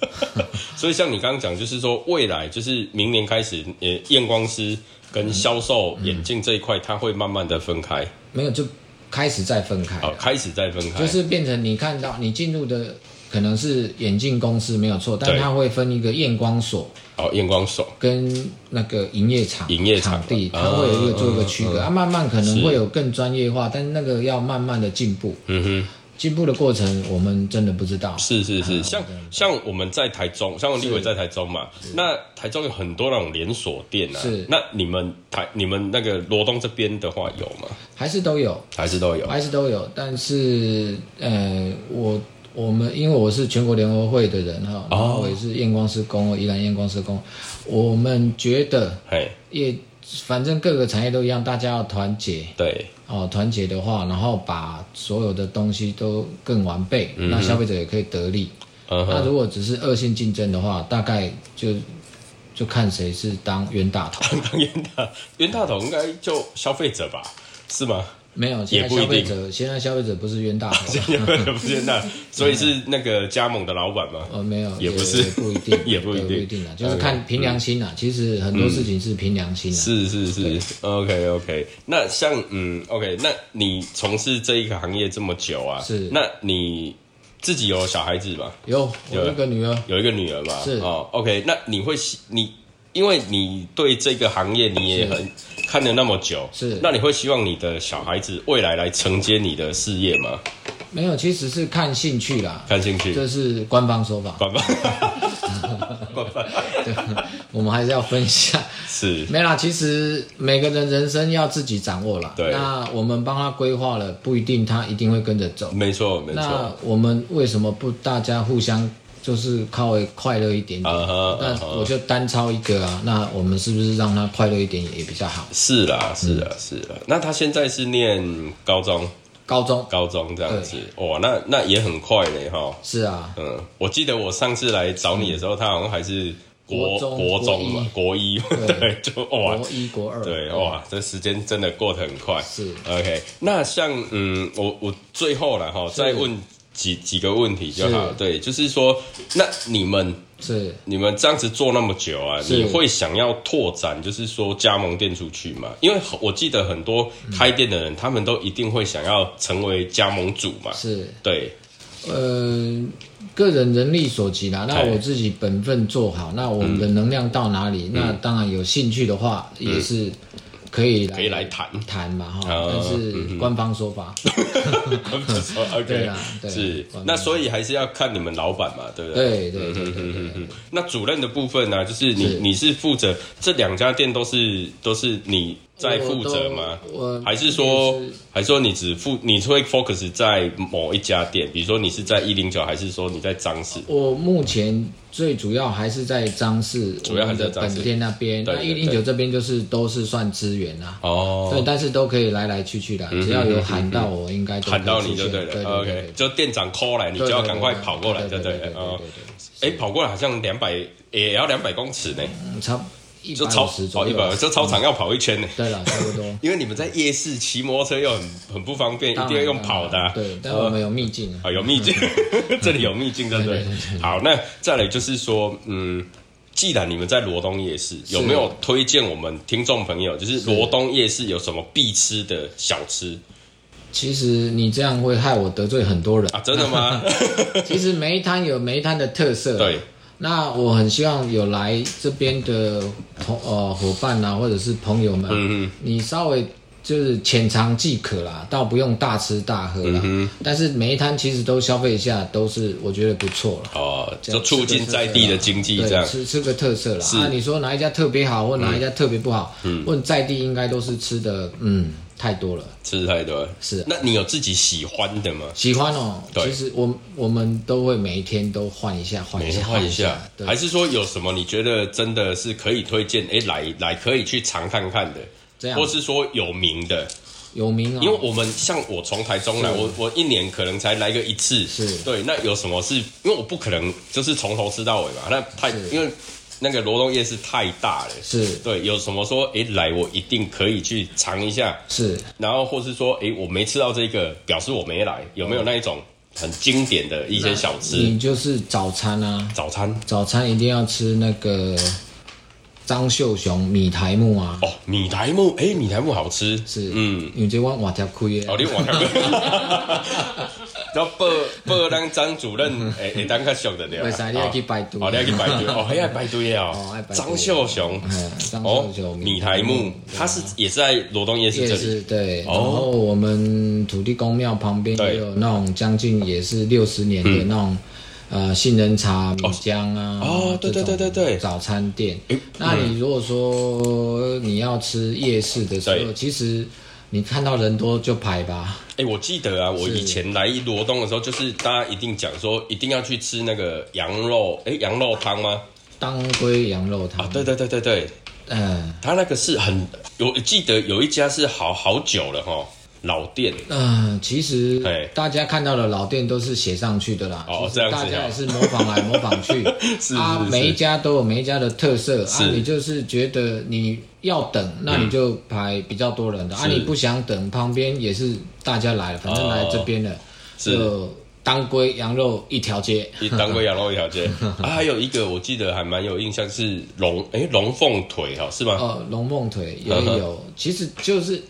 [SPEAKER 1] 所以像你刚刚讲，就是说未来就是明年开始，呃，验光师跟销售眼镜这一块，它会慢慢的分开，
[SPEAKER 2] 没有就开始再分开了
[SPEAKER 1] 好，开始再分开，
[SPEAKER 2] 就是变成你看到你进入的可能是眼镜公司没有错，但
[SPEAKER 1] 对
[SPEAKER 2] 它会分一个验光所
[SPEAKER 1] 哦，验光手，
[SPEAKER 2] 跟那个营业场、
[SPEAKER 1] 营业场
[SPEAKER 2] 地，
[SPEAKER 1] 啊嗯
[SPEAKER 2] 它会有一个做一个区隔。啊，慢慢可能会有更专业化，但是那个要慢慢的进步。
[SPEAKER 1] 嗯哼。
[SPEAKER 2] 进步的过程我们真的不知道。
[SPEAKER 1] 是是是，像像我们在台中，像立伟在台中嘛，那台中有很多那种连锁店啊。
[SPEAKER 2] 是
[SPEAKER 1] 那你们台你们那个罗东这边的话有吗？
[SPEAKER 2] 还是都有，
[SPEAKER 1] 还是都有？
[SPEAKER 2] 还是都有，但是呃，我我们因为我是全国联合会的人
[SPEAKER 1] 哦
[SPEAKER 2] 哈，然后我也是验光师工会，宜兰验光师工会，我们觉得
[SPEAKER 1] 嘿，
[SPEAKER 2] 也反正各个产业都一样，大家要团结
[SPEAKER 1] 对，
[SPEAKER 2] 哦，团结的话，然后把所有的东西都更完备，那消费者也可以得利。
[SPEAKER 1] 嗯
[SPEAKER 2] 那
[SPEAKER 1] 哼，
[SPEAKER 2] 如果只是恶性竞争的话，大概就就看谁是当冤大头。
[SPEAKER 1] 当冤大冤大头应该就消费者吧？是吗？
[SPEAKER 2] 没有，现在
[SPEAKER 1] 不一
[SPEAKER 2] 消费
[SPEAKER 1] 定
[SPEAKER 2] 者现在消费者不是冤大头，
[SPEAKER 1] 不是那，所以是那个加盟的老板吗？
[SPEAKER 2] 呃，没有，
[SPEAKER 1] 也不是
[SPEAKER 2] 不一定
[SPEAKER 1] ，也不一定嗯
[SPEAKER 2] 对不一定啊，就是看凭良心啊。其实很多事情是凭良心啊。
[SPEAKER 1] 是是是，OK OK。那像嗯，OK，那你从事这一个行业这么久啊，
[SPEAKER 2] 是
[SPEAKER 1] 那你自己有啊小孩子吧？
[SPEAKER 2] 有我那个女儿，
[SPEAKER 1] 有一个女儿嘛，
[SPEAKER 2] 是
[SPEAKER 1] 哦，OK，那你会希你，因为你对这个行业你也很看了那么久，
[SPEAKER 2] 是
[SPEAKER 1] 那你会希望你的小孩子未来来承接你的事业吗？
[SPEAKER 2] 没有，其实是看兴趣啦，
[SPEAKER 1] 看兴趣，
[SPEAKER 2] 这是官方说法。
[SPEAKER 1] 管吧，管吧，
[SPEAKER 2] 对，我们还是要分享。
[SPEAKER 1] 是
[SPEAKER 2] 没啦，其实每个人人生要自己掌握啦。
[SPEAKER 1] 对
[SPEAKER 2] 那我们帮他规划了，不一定他一定会跟着走。
[SPEAKER 1] 没错嗯没错，
[SPEAKER 2] 那我们为什么不大家互相就是靠快乐一点点？
[SPEAKER 1] 啊哈啊
[SPEAKER 2] 那我就单抄一个啊，那我们是不是让他快乐一点也比较好？
[SPEAKER 1] 是
[SPEAKER 2] 嗯
[SPEAKER 1] 啦是啦是啦。那他现在是念高中，
[SPEAKER 2] 高中
[SPEAKER 1] 高中这样子，哇，那那也很快嘞哈。
[SPEAKER 2] 是啊，
[SPEAKER 1] 嗯，我记得我上次来找你的时候，他好像还是国
[SPEAKER 2] 国中
[SPEAKER 1] 国中嘛，国一， 对，就哇，
[SPEAKER 2] 国哦一国二
[SPEAKER 1] 对，哦哇，这时间真的过得很快。
[SPEAKER 2] 是
[SPEAKER 1] OK，那像嗯，我我最后了哈，再问几几个问题就好。对，就是说，那你们
[SPEAKER 2] 是
[SPEAKER 1] 你们这样子做那么久啊，
[SPEAKER 2] 是
[SPEAKER 1] 你会想要拓展，就是说加盟店出去吗？因为我记得很多开店的人，他们都一定会想要成为加盟主嘛。
[SPEAKER 2] 是，
[SPEAKER 1] 对，
[SPEAKER 2] 呃，个人人力所及啦。那
[SPEAKER 1] 对
[SPEAKER 2] 我自己本分做好，那我们的能量到哪
[SPEAKER 1] 嗯
[SPEAKER 2] 里？那当然有兴趣的话，也是可以来
[SPEAKER 1] 可以来 谈。
[SPEAKER 2] 谈嘛哈。
[SPEAKER 1] 哦
[SPEAKER 2] 但是官方 说法，
[SPEAKER 1] 说 OK，
[SPEAKER 2] 对啊对啊
[SPEAKER 1] 是
[SPEAKER 2] 完全
[SPEAKER 1] 那所以还是要看你们老板嘛，对不对？
[SPEAKER 2] 对对对对对，
[SPEAKER 1] 那主任的部分呢、就是你
[SPEAKER 2] 是
[SPEAKER 1] 你是负责这两家店都是都是你在负责吗？
[SPEAKER 2] 我都我
[SPEAKER 1] 还是说
[SPEAKER 2] 就是
[SPEAKER 1] 还是说你只负你会 focus 在某一家店？比如说你是在一零九，还是说你在张氏？
[SPEAKER 2] 我目前最主要还是在张氏，
[SPEAKER 1] 主要还是在
[SPEAKER 2] 我们的
[SPEAKER 1] 张氏
[SPEAKER 2] 本店那边。
[SPEAKER 1] 对
[SPEAKER 2] 那一
[SPEAKER 1] 对
[SPEAKER 2] 零
[SPEAKER 1] 对
[SPEAKER 2] 九这边就是都是算资源啦。对，
[SPEAKER 1] 哦，嗯
[SPEAKER 2] 但是都可以来来去去的，只要有喊到我，应该都可以
[SPEAKER 1] 喊到你
[SPEAKER 2] 出
[SPEAKER 1] 就
[SPEAKER 2] 现
[SPEAKER 1] 对
[SPEAKER 2] 对
[SPEAKER 1] 了。
[SPEAKER 2] 对
[SPEAKER 1] OK，就店长 call 来，你
[SPEAKER 2] 对
[SPEAKER 1] 就要
[SPEAKER 2] 对
[SPEAKER 1] 赶
[SPEAKER 2] 对
[SPEAKER 1] 快
[SPEAKER 2] 对
[SPEAKER 1] 跑过来，
[SPEAKER 2] 对
[SPEAKER 1] 就
[SPEAKER 2] 对
[SPEAKER 1] 对了。
[SPEAKER 2] 对
[SPEAKER 1] 哦
[SPEAKER 2] 对，
[SPEAKER 1] 哎，跑过来好像两百也要两百公尺呢，
[SPEAKER 2] 嗯差一
[SPEAKER 1] 就
[SPEAKER 2] 百
[SPEAKER 1] 操
[SPEAKER 2] 五十左
[SPEAKER 1] 哦一
[SPEAKER 2] 右啊嗯
[SPEAKER 1] 百
[SPEAKER 2] 啦，
[SPEAKER 1] 就操场要跑一圈呢。
[SPEAKER 2] 对了，差不
[SPEAKER 1] 。
[SPEAKER 2] 多
[SPEAKER 1] 因为你们在夜市骑摩托车又很很不方便，一
[SPEAKER 2] 当然
[SPEAKER 1] 定要用跑的、啊。
[SPEAKER 2] 当然对，但我们有秘境啊
[SPEAKER 1] 啊，有秘境， 这里有秘境，对不对
[SPEAKER 2] 对对？
[SPEAKER 1] 好，那再来就是说，嗯，既然你们在罗东夜市，有没有推荐我们听众朋友，就是罗东夜市有什么必吃的小吃
[SPEAKER 2] 其实你这样会害我得罪很多人
[SPEAKER 1] 啊？。真的 吗？
[SPEAKER 2] 其实每一摊有每一摊的特色。啊
[SPEAKER 1] 对。
[SPEAKER 2] 那我很希望有来这边的同呃伙伴啊，或者是朋友们，嗯你稍微就是浅尝即可啦，倒不用大吃大喝啦。嗯、但是每一摊其实都消费一下，都是我觉得不错了。
[SPEAKER 1] 哦，就促进在地的经济
[SPEAKER 2] 啊对
[SPEAKER 1] 这样。
[SPEAKER 2] 吃吃个特色啦。
[SPEAKER 1] 是嗯
[SPEAKER 2] 啊，你说哪一家特别好，或哪一家特别不好？问在地应该都是吃的，嗯，太多了。
[SPEAKER 1] 吃太多了
[SPEAKER 2] 是
[SPEAKER 1] 那你有自己喜欢的吗？
[SPEAKER 2] 喜欢哦，
[SPEAKER 1] 对
[SPEAKER 2] 其实我我们都会每一天都换一下，换
[SPEAKER 1] 每
[SPEAKER 2] 一
[SPEAKER 1] 天
[SPEAKER 2] 下，
[SPEAKER 1] 换一下，
[SPEAKER 2] 对
[SPEAKER 1] 还，是说有什么你觉得真的是可以推荐？哎、来来可以去尝看看的，
[SPEAKER 2] 这样
[SPEAKER 1] 或是说有名的，
[SPEAKER 2] 有名哦，
[SPEAKER 1] 因为我们像我从台中来，
[SPEAKER 2] 是
[SPEAKER 1] 我我一年可能才来个一次，
[SPEAKER 2] 是
[SPEAKER 1] 对。那有什么是因为我不可能就是从头吃到尾嘛？那太
[SPEAKER 2] 是
[SPEAKER 1] 因为那个罗东夜市太大了，
[SPEAKER 2] 是
[SPEAKER 1] 对。有什么说哎、诶来我一定可以去尝一下，
[SPEAKER 2] 是
[SPEAKER 1] 然后或是说哎、诶我没吃到这个，表示我没来，有没有那一种很经典的一些小吃
[SPEAKER 2] 你就是早餐啊，
[SPEAKER 1] 早餐？
[SPEAKER 2] 早餐一定要吃那个张秀雄米苔木啊，
[SPEAKER 1] 哦，米苔木，哎、米苔木好吃，
[SPEAKER 2] 是，
[SPEAKER 1] 嗯，，
[SPEAKER 2] 因为这碗瓦条亏
[SPEAKER 1] 哦，
[SPEAKER 2] 的，
[SPEAKER 1] 你换个， 然后报报咱张主任会会当较熟的了，
[SPEAKER 2] 袂使你要去排队
[SPEAKER 1] 哦，你要去排 队，哦，还要排队啊
[SPEAKER 2] 哦要排，队
[SPEAKER 1] 张秀雄，
[SPEAKER 2] 嗯，张
[SPEAKER 1] 哦
[SPEAKER 2] 秀雄，嗯
[SPEAKER 1] 米苔木，他是也是在罗东夜市这
[SPEAKER 2] 也
[SPEAKER 1] 里，哦
[SPEAKER 2] 是对，然后我们土地公庙旁边
[SPEAKER 1] 对嗯
[SPEAKER 2] 也有那种将近也是六十年的那种、呃杏仁茶、米浆啊，
[SPEAKER 1] 哦对对
[SPEAKER 2] 这种
[SPEAKER 1] 对嗯对对
[SPEAKER 2] 早餐店。那你如果说你要吃夜市的时候，
[SPEAKER 1] 对
[SPEAKER 2] 其实你看到人多就排吧，
[SPEAKER 1] 哎，我记得啊，我以前来罗东的时候，就是大家一定讲说一定要去吃那个羊肉，哎，羊肉汤吗？
[SPEAKER 2] 当归羊肉汤，
[SPEAKER 1] 啊，对对对对对，
[SPEAKER 2] 嗯、
[SPEAKER 1] 他那个是很，有记得有一家是好好久了哈，老店，
[SPEAKER 2] 嗯，其实
[SPEAKER 1] 对
[SPEAKER 2] 大家看到的老店都是写上去的啦。
[SPEAKER 1] 哦
[SPEAKER 2] 其
[SPEAKER 1] 这
[SPEAKER 2] 实
[SPEAKER 1] 样子
[SPEAKER 2] 大家
[SPEAKER 1] 哦
[SPEAKER 2] 也是模仿来模仿去，
[SPEAKER 1] 是
[SPEAKER 2] 啊
[SPEAKER 1] 是，
[SPEAKER 2] 每一
[SPEAKER 1] 是
[SPEAKER 2] 家都有每一家的特色啊
[SPEAKER 1] 是。嗯
[SPEAKER 2] 你就是觉得你要等，那你就排比较多人的、啊。
[SPEAKER 1] 是
[SPEAKER 2] 你不想等，旁边也是大家来了，反正来这边了，
[SPEAKER 1] 哦是
[SPEAKER 2] 就当归羊肉一条街。
[SPEAKER 1] 一当归羊肉一条 街啊，还有一个我记得还蛮有印象是龙哎龙凤腿哈是吗？
[SPEAKER 2] 呃，龙凤腿也
[SPEAKER 1] 嗯哼
[SPEAKER 2] 有，其实就是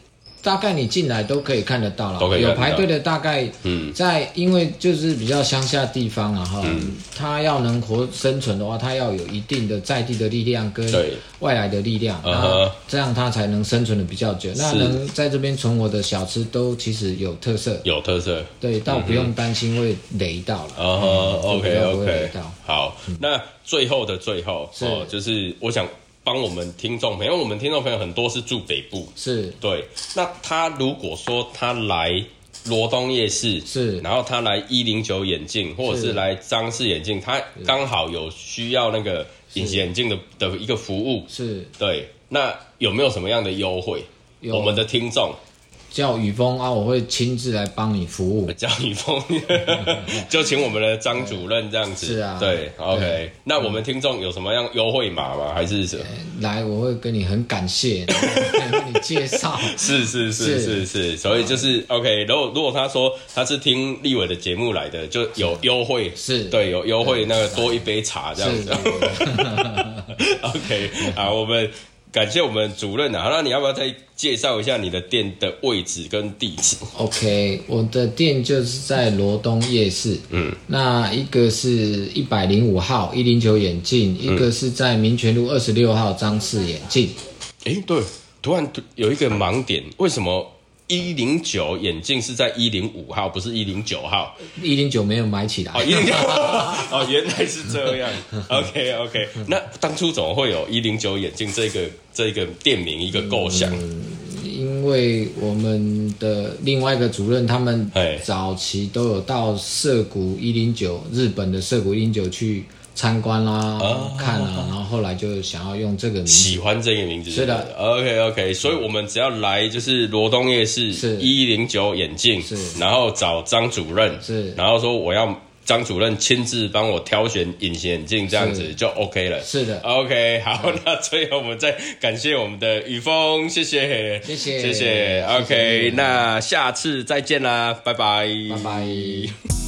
[SPEAKER 2] 大概你进来都可以看得到
[SPEAKER 1] 都可
[SPEAKER 2] 了，
[SPEAKER 1] 以看
[SPEAKER 2] 有
[SPEAKER 1] 得到
[SPEAKER 2] 排队的大概
[SPEAKER 1] 嗯
[SPEAKER 2] 在，因为就是比较乡下地方啊哈，他要能活生存的话，他要有一定的在地的力量跟
[SPEAKER 1] 对
[SPEAKER 2] 外来的力量，
[SPEAKER 1] 嗯
[SPEAKER 2] 然
[SPEAKER 1] 哼
[SPEAKER 2] 后这样他才能生存的比较久。那
[SPEAKER 1] 是
[SPEAKER 2] 能在这边存活的小吃都其实有特色，
[SPEAKER 1] 有特色
[SPEAKER 2] 对，倒不用担心会雷到了。
[SPEAKER 1] 哦
[SPEAKER 2] 嗯就比
[SPEAKER 1] ，OK
[SPEAKER 2] 较不会雷
[SPEAKER 1] OK，
[SPEAKER 2] 到
[SPEAKER 1] 好，那最后的最后
[SPEAKER 2] 是
[SPEAKER 1] 哦，嗯就是我想帮我们听众朋友，因为我们听众朋友很多是住北部，
[SPEAKER 2] 是
[SPEAKER 1] 对，那他如果说他来罗东夜市
[SPEAKER 2] 是
[SPEAKER 1] 然后他来一零九眼镜，或者是
[SPEAKER 2] 是
[SPEAKER 1] 来张氏眼镜，他刚好有需要那个隐形眼镜的的一个服务，
[SPEAKER 2] 是，
[SPEAKER 1] 对，那有没有什么样的优惠？
[SPEAKER 2] 有
[SPEAKER 1] 我们的听众
[SPEAKER 2] 叫雨峰啊，我会亲自来帮你服务。
[SPEAKER 1] 叫你 疯，就请我们的张主任这样子。
[SPEAKER 2] 是啊
[SPEAKER 1] 对，OK
[SPEAKER 2] 对。
[SPEAKER 1] 那我们听众有什么样优惠码吗？还是什么？
[SPEAKER 2] 来，我会跟你很 感谢，然后为你介绍。
[SPEAKER 1] 是是是是
[SPEAKER 2] 是
[SPEAKER 1] 是，所以就是 OK。如果如果他说他是听立伟的节目来的，就有优惠，
[SPEAKER 2] 是
[SPEAKER 1] 对有优惠，那个多一杯茶这样子。OK，好，我们感谢我们主任啊。那你要不要再介绍一下你的店的位置跟地址？
[SPEAKER 2] OK，我的店就是在罗东夜市，嗯，那一个是一百零五号一零九眼镜，
[SPEAKER 1] 嗯
[SPEAKER 2] 一个是在民权路二十六号张氏眼镜。
[SPEAKER 1] 诶，对，突然有一个盲点，为什么一零九眼镜是在一零五号，不是一零九号？
[SPEAKER 2] 一零九没有买起来，
[SPEAKER 1] 哦，一零九，哦，原来是这样。OK OK，那当初怎么会有一零九眼镜这个这个店名一个构想？
[SPEAKER 2] 嗯因为我们的另外一个主任他们
[SPEAKER 1] 哎
[SPEAKER 2] 早期都有到涩谷一零九日本的涩谷一零九去参观啦、
[SPEAKER 1] 哦
[SPEAKER 2] 看啊，然后后来就想要用这个名字。
[SPEAKER 1] 喜欢这个名字
[SPEAKER 2] 是的
[SPEAKER 1] ，OK OK，所以我们只要来就是罗东夜市
[SPEAKER 2] 是
[SPEAKER 1] 一零九眼镜，
[SPEAKER 2] 是
[SPEAKER 1] 然后找张主任，
[SPEAKER 2] 是
[SPEAKER 1] 然后说我要张主任亲自帮我挑选隐形眼镜，这样子
[SPEAKER 2] 是
[SPEAKER 1] 就 OK 了。
[SPEAKER 2] 是的嗯
[SPEAKER 1] OK，好， 那最后我们再感谢我们的雨峰，谢谢，
[SPEAKER 2] 谢谢
[SPEAKER 1] 谢
[SPEAKER 2] 谢谢
[SPEAKER 1] 谢，OK，那下次再见啦，拜拜，
[SPEAKER 2] 拜拜。